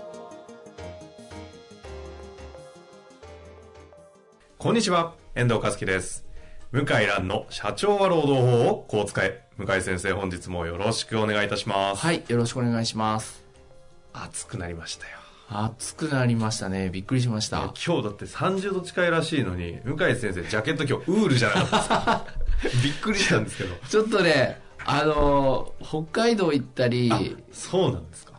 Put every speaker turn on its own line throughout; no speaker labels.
こんにちは、遠藤和樹です。向井蘭の社長は労働法をこう使え。向井先生、本日もよろしくお願いいたします。
はい、よろしくお願いします。
暑くなりましたよ。
暑くなりましたね。びっくりしました。
今日だって30度近いらしいのに、向井先生、ジャケット今日ウールじゃなか ったですかびっくりしたんですけど。
ちょっとね、あのー北海道行ったり、
そうなんですか。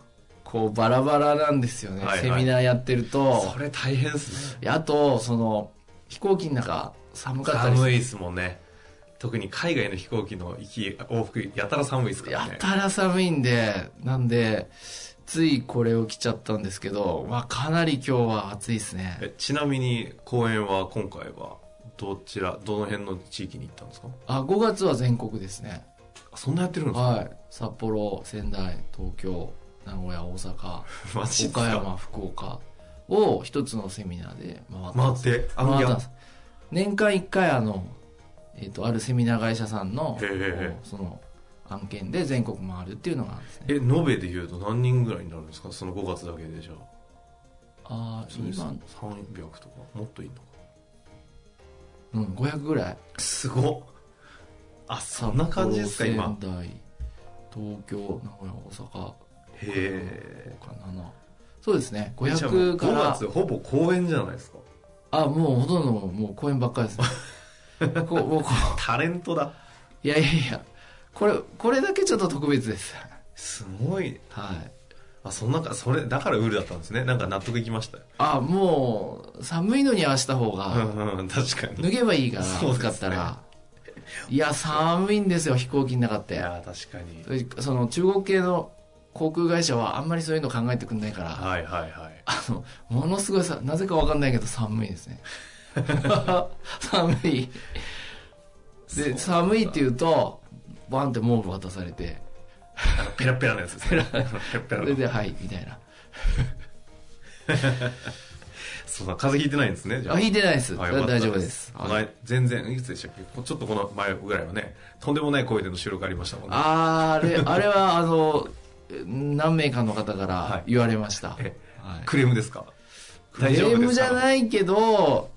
こう、バラバラなんですよね。
はいはい
セミナーやってると
そ。れ大変ですね。
あと、その、飛行機の中、寒かったりす
寒
る
いですもんね。特に海外の飛行機の行き、往復、やたら寒いですから
や
ね。
たら寒いんで、なんで、ついこれを着ちゃったんですけど、まあ、かなり今日は暑いですね。
えちなみに、公演は今回は、どちら、どの辺の地域に行ったんですか
あ、5月は全国ですね。
あそんなやってるんですか
はい。札幌、仙台、東京、名古屋、大阪。
マジですか
岡山福岡を一つのセミナーで回った
回
んで
っ
す
て、あ
回
の、
ったん
や
です年間1回あの、えっとあるセミナー会社さんの
へー
こうその案件で全国回るっていうのがあるんですね
え、延べで言うと何人ぐらいになるんですかその5月だけでじゃあ。
ああ
そうです
今、
300とか、もっといいのか。
うん、500ぐらい
すごっあ、そんな感じですか、
札
今
幌。仙台東京名古屋大阪
へえ。
福岡7そうですね
じゃあもう
500か
5
ら
月、ほぼ公演じゃないですか。
あもうほとんどもう公演ばっかりですね こうもうこう
タレントだ。
いやいやいやこれこれだけちょっと特別です
すごい。
はい
あ、そんなか、それ、だからウールだったんですね。なんか納得いきましたよ。
あ、もう、寒いのに合わせた方
う
が、
んうん、確かに。
脱げばいいから、
そうですね
使ったら。いや、寒いんですよ、飛行機の中っ
い
て。
や、確かに。
その、中国系の航空会社はあんまりそういうの考えてくんないから、
はいはいはい。
あの、ものすごいさ、なぜかわかんないけど寒いですね。 寒い。で、寒いって言うと、バンって毛布渡されて、
あのペラペラのやつですね。ペラペラペ
そ
ラ
れで、はい、みたいな。
そうだ、風邪ひいてないんですね、じゃあ
あ、。引いてないです。
あよかった
大丈夫です。
この間全然、いくつでしたっけちょっとこの前ぐらいはね、とんでもない声での収録ありましたもんね。
あーあれ、あれは、あの、何名かの方から言われました。はい
えクレームですか
クレームじゃ
い
ないけど、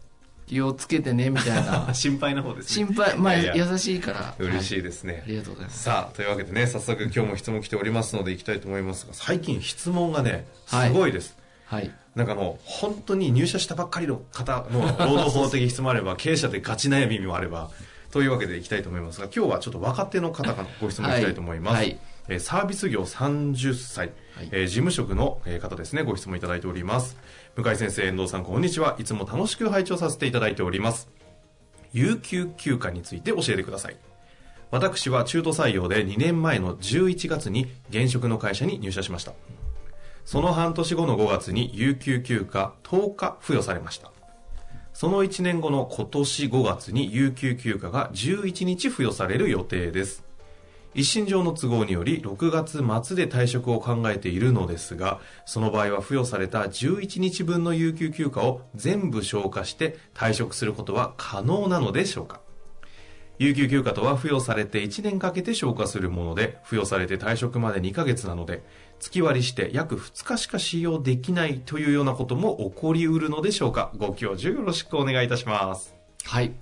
気をつけてね、みた いな。
心配な方ですね。
心配、まあ、
いやいや
優しいから。
嬉し
はい
です
い
ね
あ。りがとうございます。
さあ、というわけでね、早速今日も質問来ておりますので行きたいと思いますが、最近質問がね、す
はい
ごいです。
はい。
なんかもう、本当に入社したばっかりの方の労働法的質問あれば、経営者でガチ悩みもあれば、というわけでいきたいと思いますが、今日はちょっと若手の方からご質問いきたいと思います。
はいはい
えーサービス業30歳、
はい
えー事務職のえー方ですね、ご質問いただいております。向井先生、遠藤さん、こんにちは。いつも楽しく拝聴させていただいております。有給休暇について教えてください。私は中途採用で2年前の11月に現職の会社に入社しました。その半年後の5月に有給休暇10日付与されました。その1年後の今年5月に有給休暇が11日付与される予定です。一身上の都合により6月末で退職を考えているのですが、その場合は付与された11日分の有給休暇を全部消化して退職することは可能なのでしょうか有給休暇とは付与されて1年かけて消化するもので、付与されて退職まで2ヶ月なので、月割りして約2日しか使用できないというようなことも起こりうるのでしょうかご教授よろしくお願いいたします。
はい。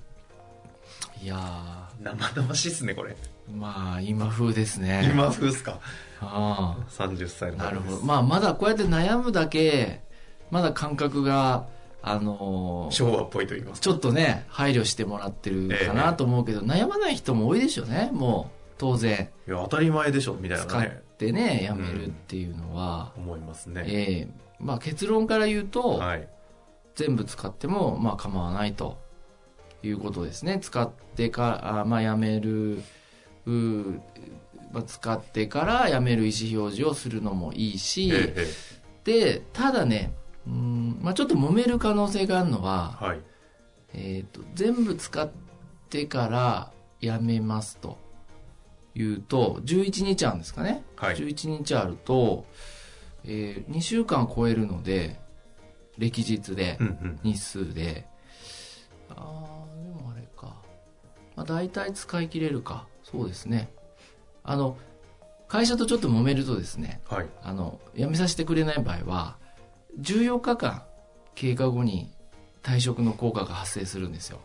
いやー
生々しいっすね、これ。
まあ、今風ですね。
今風っすか。
あー
30歳の方です。
なるほど。まあ、まだこうやって悩むだけ、まだ感覚が、あのー
昭和っぽいと言いますか
ちょっとね、配慮してもらってるか
ええ
なと思うけど、悩まない人も多いでしょうね、もう、当然。
いや、当たり前でしょ、みたいな
使っ
ね。
てね、やめるっていうのは、
思いますね。
ええまあ結論から言うと、
はい。
全部使っても、まあ構わないということですね。使ってか、あまあやめる、うーまあ、使ってからやめる意思表示をするのもいいし、
えええ
でただねうん、まあ、ちょっと揉める可能性があるのは、
はい。
えー、と全部使ってからやめますというと11日あるんですかね、
はい。
11日あると、え2週間超えるので歴日で
うんうん。
日数で、ああでもあれか、まあ、大体使い切れるかそうですねあの会社とちょっと揉めるとですね
はい。
あの辞めさせてくれない場合は14日間経過後に退職の効果が発生するんですよ、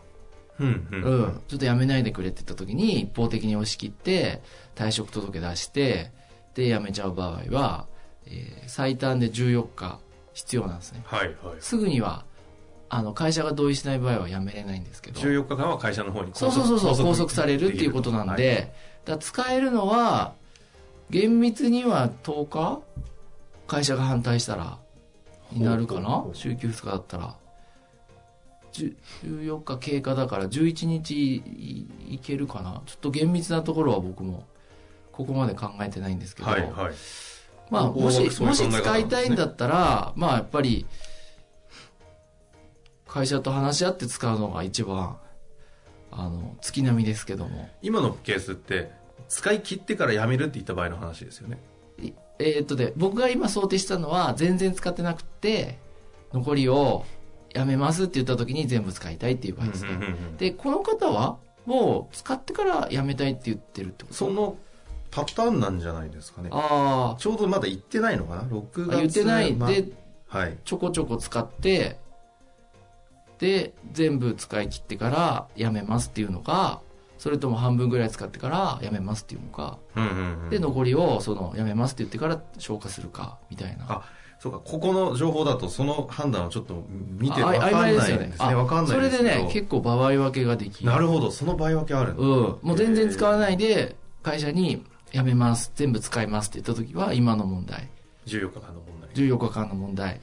うんう。
うんんちょっと辞めないでくれって言った時に一方的に押し切って退職届出してで辞めちゃう場合は、えー最短で14日必要なんですね
はいはい。
すぐにはあの会社が同意しない場合は辞めれないんですけど
14日間は会社の方に
そうそうそうそう拘束されるっていうことなんで、
はい
だから使えるのは厳密には10日会社が反対したらになるか
ほうほう
な
ほう
週休2日だったら10 14日経過だから11日いいけるかなちょっと厳密なところは僕もここまで考えてないんですけど、
はいはい。
まあ、
大
もし、
枠そういう考え方なんで
もし
すね
使いたいんだったら、まあ、やっぱり、会社と話し合って使うのが一番、あの、月並みですけども。
今のケースって、使い切ってからやめるって言った場合の話ですよね。
いえーっとで、僕が今想定したのは、全然使ってなくて、残りをやめますって言った時に全部使いたいっていう場合です
うんう
ね。
んうん
で、この方は、もう、使ってからやめたいって言ってるってこと
そのパターンなんじゃないですかね。
あ
ちょうどまだ行ってないのかな ?6
ー
月
あ、言ってない。
ま
で、
はい。
ちょこちょこ使ってで全部使い切ってからやめますっていうのかそれとも半分ぐらい使ってからやめますっていうのか
うんうんうん
で残りをそのやめますって言ってから消化するかみたいな
あそうか、ここの情報だとその判断をちょっと見て
あ
わかんないんですね。
あ
わかんない
そ
んで
れ
す
で
けど
ね結構場合分けができ
なるほど、その場合分けあるんだ
うん、もう全然使わないで会社にやめます全部使いますって言った時は今の問題
14日間の問題。
14日間の問題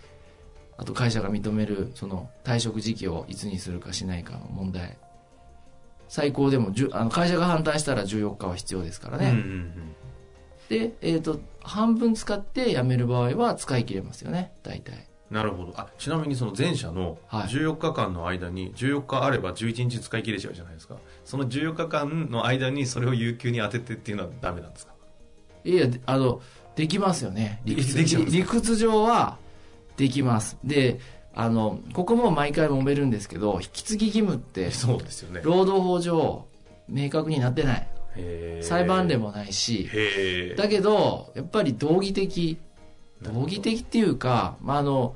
あと会社が認めるその退職時期をいつにするかしないかの問題最高でも10あの会社が反対したら14日は必要ですから
うん
ね、
うんうん
で、えー、と半分使って辞める場合は使い切れますよね大体
なるほど。あ、ちなみにその前者の
はい
14日間の間に、14日あれば11日使い切れちゃうじゃないですか。その14日間の間にそれを有給に当ててっていうのはダメなんですか
いやであのできますよね理
できちゃうんです
屈
か
理屈上はできますであのここも毎回揉めるんですけど引き継ぎ義務って
そうですよね。
労働法上明確になってない
へー
裁判例。もないし、
へえ。
だけど、やっぱり道義的。
なるほど
道義的っていうか、まあ、あの、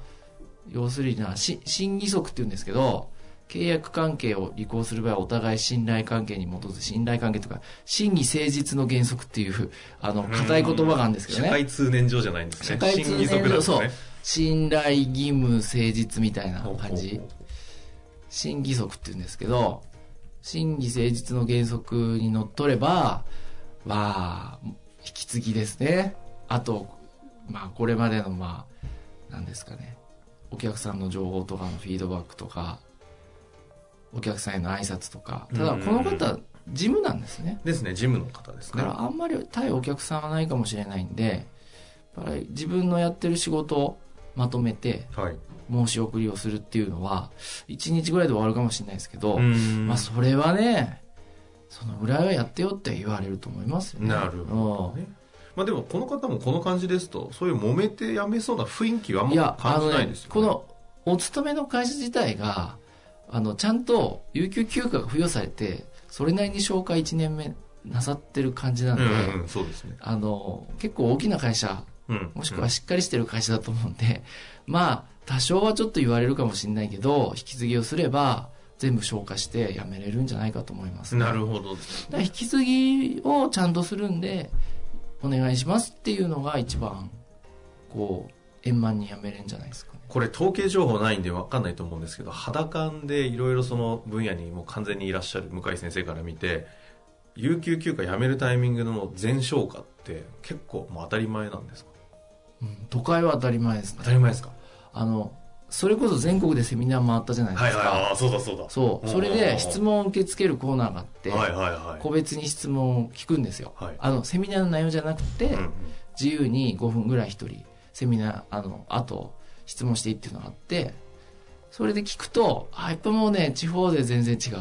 要するにな、し審議則っていうんですけど、契約関係を履行する場合はお互い信頼関係に基づく信頼関係とか、審議誠実の原則っていう、あの、硬い言葉があるんですけど
社
ね。
会通念上じゃないんですね。
社会通
審
念
議
上
則なんです
そ
ね
う。信頼義務誠実みたいな
ほうほう
感じ。審議則って言うんですけど、審議誠実の原則にのっとれば、まあ、引き継ぎですね。あと、まあ、これまでの、まあ、なんですかね。お客さんの情報とかのフィードバックとか、お客さんへの挨拶とか。ただ、
うん
この方、事務なんですね。
ですね、ジムの方です
だ
ね
か。ら、あんまり対お客さんはないかもしれないんで、やっぱり自分のやってる仕事をまとめて、
はい。
申し送りをするっていうのは、1日ぐらいで終わるかもしれないですけど、
うん
まあそれはね、そのぐらいはやってよって言われると思いますよね。
なるほどね。まあでもこの方もこの感じですと、そういう揉めてやめそうな雰囲気はあ
うんんいや
ま、
あ
感じ
の
ない
ね
です、よ、
こ
ね。
のお勤めの会社自体が、あの、ちゃんと有給休暇が付与されて、それなりに消化1年目なさってる感じなんで、
うんうん、そうですね。
あの、結構大きな会社、
うん。
もしくはしっかりしてる会社だと思うんで、まあ、多少はちょっと言われるかもしれないけど、引き継ぎをすれば、全部消化してやめれるんじゃないかと思います、
うんなる
ほど。
ほど。
だから引き継ぎをちゃんとするんで、お願いしますっていうのが一番、こう、円満にやめれるんじゃないですかね。
これ統計情報ないんで分かんないと思うんですけど、肌感でいろいろその分野にもう完全にいらっしゃる向井先生から見て、有給休暇やめるタイミングの全消化って結構もう当たり前なんですか
うん、都会は当たり前ですね
当。たり前ですか
あの、それこそ全国でセミナー回ったじゃないですか。
はいはい、ああ、そうだそうだ。
そう。それで質問を受け付けるコーナーがあって、
はいはいはい。
個別に質問を聞くんですよ。
はい
あの、セミナーの内容じゃなくて、
うんうん
自由に5分ぐらい1人セミナー、あの、あと、質問していいっていうのがあって、それで聞くと、あ、やっぱもうね、地方で全然違う。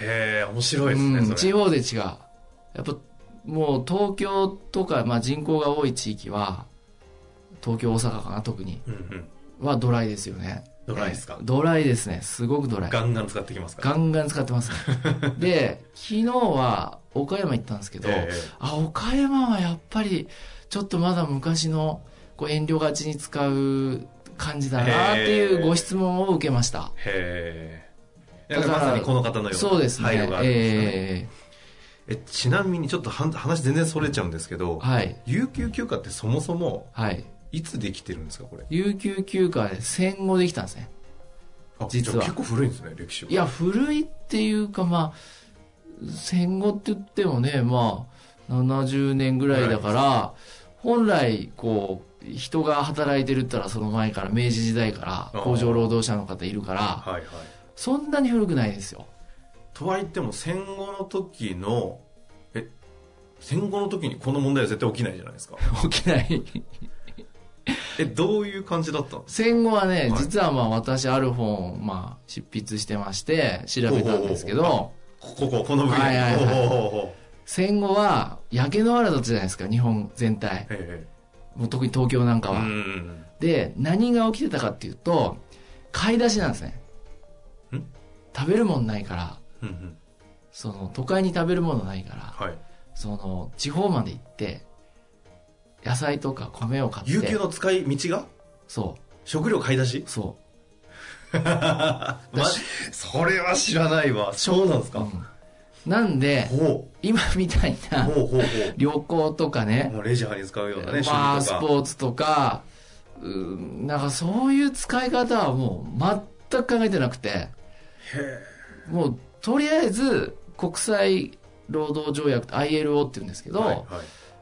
へえ、面白いですね、
うん、
そ
地
れ。
方で違うやっぱもう東京とか、まあ、人口が多い地域は東京大阪かな特に
うんうん。
はドライですよね
ドライですか
えドライですねすごくドライ
ガンガン使ってきますから。
ガンガン使ってます ねで昨日は岡山行ったんですけど、
ええ
あ岡山はやっぱりちょっとまだ昔のこう遠慮がちに使う感じだなっていうご質問を受けました、
へえ。
だ
だ
か
かららまさにこの方のような
そうですね
配慮があるんですよね。
え
えちなみにちょっとはん話全然それちゃうんですけど
ー、はい
有給休暇ってそもそも
はい
いつできてるんですか、これ。
有給休暇で戦後できたんですね。
あ
実は
じゃあ結構古いんですね、歴史は。
いや、古いっていうか、まあ、戦後って言ってもね、まあ、70年ぐらいだから、本来、こう、人が働いてるって言ったらその前から明治時代から
あ
工場労働者の方いるから、
はいはい。
そんなに古くないですよ。
とはいっても戦後の時の、え、戦後の時にこの問題は絶対 起きないじゃないです か。
起きない。
え、どういう感じだったんです
戦後はね、
はい
実はまあ私ある本をまあ執筆してまして、調べたんですけ
ほうほうここ、
ど、
ここの部分。
はいはいはい
ほうほうほうほう
戦後は焼け野原だったじゃないですか、日本全体。
え
もう特に東京なんか
え。う
は。
ん。
で、何が起きてたかっていうと、買い出しなんですね
ん。
食べるもんないから、
うんうん。
その都会に食べるものないから、
はい。
その地方まで行って、野菜とか米を買って、
有給の使い道が
そ
食料買い出し
う、そ
ま、それは知らないわ。そうなんです
う。
か、
うんなんで、
ほ。
今みたいう
ほ
な
うほうほ
旅行とか
う。
ね、
もうレジャーに使うようなね、
まあス
趣味とか。
ポーツとか、うん、なんかそういう使い方はもう全く考えてなくて、もうとりあえず国際労働条約 ILO って言うんですけど、
はいはい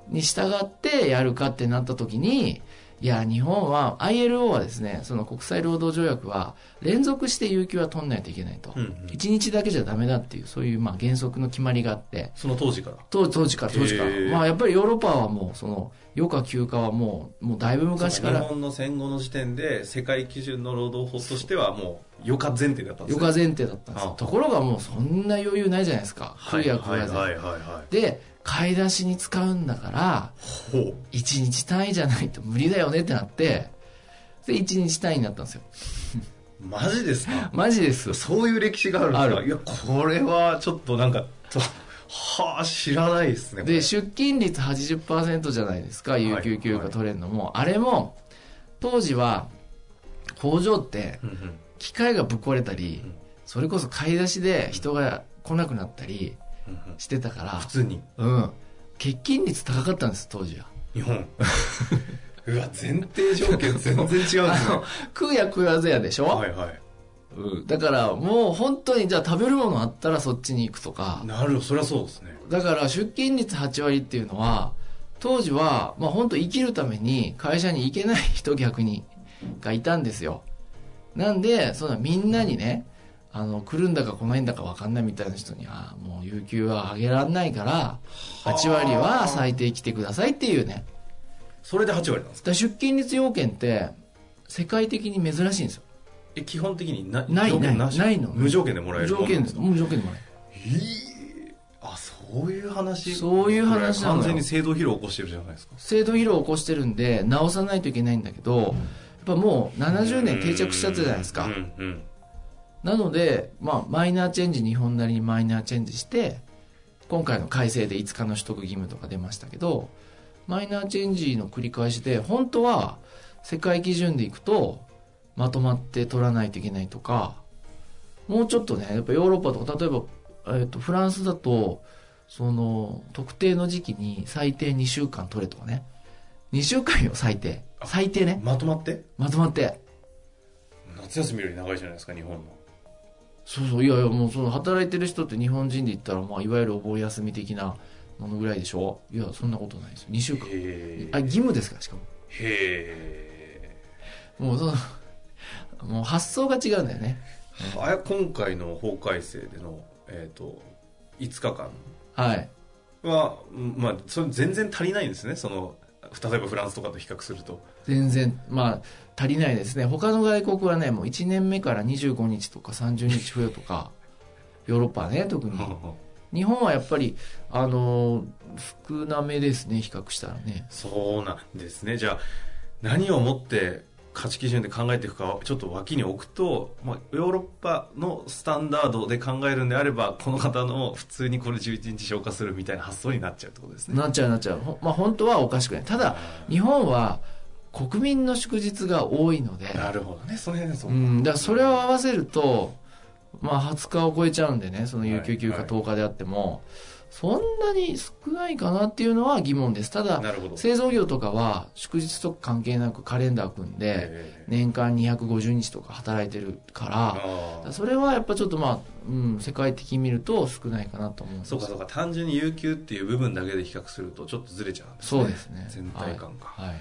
に従ってやるかってなった時にいや日本は ILO はですねその国際労働条約は連続して有給は取んないといけないと、
うんうん
一日だけじゃダメだっていうそういうまあ原則の決まりがあって
その当時から。
当当時から当時から
へー
まあやっぱりヨーロッパはもうその余暇休暇はもうもうだいぶ昔か
日
ら
本の戦後の時点で世界基準の労働法としてはもう余暇前提だったんです
余
ね
暇前提だったんですよ
あ
ところがもうそんな余裕ないじゃないですか
はい
空や空やで
はいはいはいはい
で買い出しに使うんだから
ほう
1日単位じゃないと無理だよねってなってで1日単位になったんですよ
マジですか
マジです
そういう歴史があるんですか
ある
いやこれはちょっとなんかちょっとはあ知らないですねこれ
で出勤率80%じゃないですか
い
有給休暇取れるのも、あれも当時は工場って
うんうん
機械がぶっ壊れたり、
うん
それこそ買い出しで人が来なくなったり
うんうん
してたか
普通に
ら、うん、欠勤率高かったんです当時は
日本うわ前提条件全然違うんですね
あの食うや食わずやでしょ、
はいはい
うん、だからもう本当にじゃあ食べるものあったらそっちに行くとか
なるほどそりゃそうですね
だから出勤率8割っていうのは当時はまあ本当生きるために会社に行けない人逆にがいたんですよなんでそんなみんなにねあの来るんだか来ないんだか分かんないみたいな人にはもう有給はあげられないから8割は最低来てくださいっていうね
それで8割なんです
だから出勤率要件って世界的に珍しいんですよ
え基本的にな
ない
条件
ない
し
ないの
無条件でもらえる
条件です
か
もう条件でもない
えあそういう話
そういう話なのよ
完全に制度疲労を起こしてるじゃないですか
制度疲労を起こしてるんで直さないといけないんだけどやっぱもう70年定着しちゃったじゃないですか
うんうん
なので、まあ、マイナーチェンジ日本なりにマイナーチェンジして今回の改正で5日の取得義務とか出ましたけどマイナーチェンジの繰り返しで本当は世界基準でいくとまとまって取らないといけないとかもうちょっとねやっぱヨーロッパとか例えば、えっとフランスだとその特定の時期に最低2週間取れとかね2週間よ最低最低ね
まとまって
まとまって
夏休みより長いじゃないですか日本の
そうそういやいやもうその働いてる人って日本人で言ったら、まあ、いわゆるお盆休み的なものぐらいでしょいやそんなことないですよ2週間
へ
あ
え
義務ですからしかも
へ
もうその もう発想が違うんだよね
えあ今回の法改正でのえっ、と5日間
はい
はうんまあそれ全然足りないんですねその例えばフランスとかと比較すると
全然まあ足りないですね他の外国はねもう1年目から25日とか30日冬とか ヨーロッパはね特に日本はやっぱりあの少なめですね比較したらね
そうなんですねじゃあ何をもって価値基準で考えていくかをちょっと脇に置くと、まあ、ヨーロッパのスタンダードで考えるんであればこの方の普通にこれ11日消化するみたいな発想になっちゃうってことですね
なっちゃうなっちゃうほまあ本当はおかしくないただ日本は国民の祝日が多いので、
なるほどねその辺そううん
だからそれを合わせると、まあ、20日を超えちゃうんでね、その有給休
は
暇
い
10日であっても、そんなに少ないかなっていうのは疑問です。ただ、
なるほど
製造業とかは祝日とか関係なくカレンダー組んで、
ええ
年間250日とか働いてるから、だ
あ
か
あ
らそれはやっぱちょっとまあ、うん、世界的に見ると少ないかなと思うんです
そうかそうか単純に有給っていう部分だけで比較するとちょっとずれちゃうんですね
そうですね。
全体感か、
はい。はい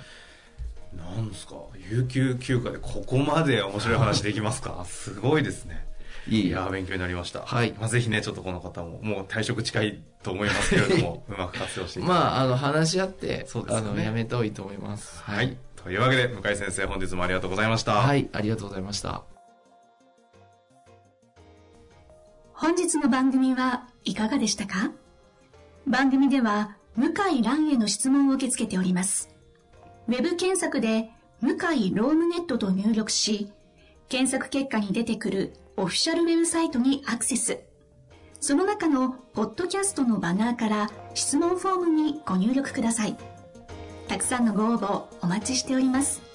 なんですか有給休暇でここまで面白い話できますかすごいですね
い
いやー勉強になりました、
はい
まあ、ぜひねちょっとこの方ももう退職近いと思いますけれど もうまく活用していただき
まあ、あの、話し合って、
そうです
あ
よね
の、やめた方がいいと思います。
はい、というわけで向井先生本日もありがとうございました、
はい、ありがとうございました。
本日の番組はいかがでしたか番組では向井蘭への質問を受け付けております。ウェブ検索で向井ロームネットと入力し、検索結果に出てくるオフィシャルウェブサイトにアクセス。その中のポッドキャストのバナーから質問フォームにご入力ください。たくさんのご応募お待ちしております。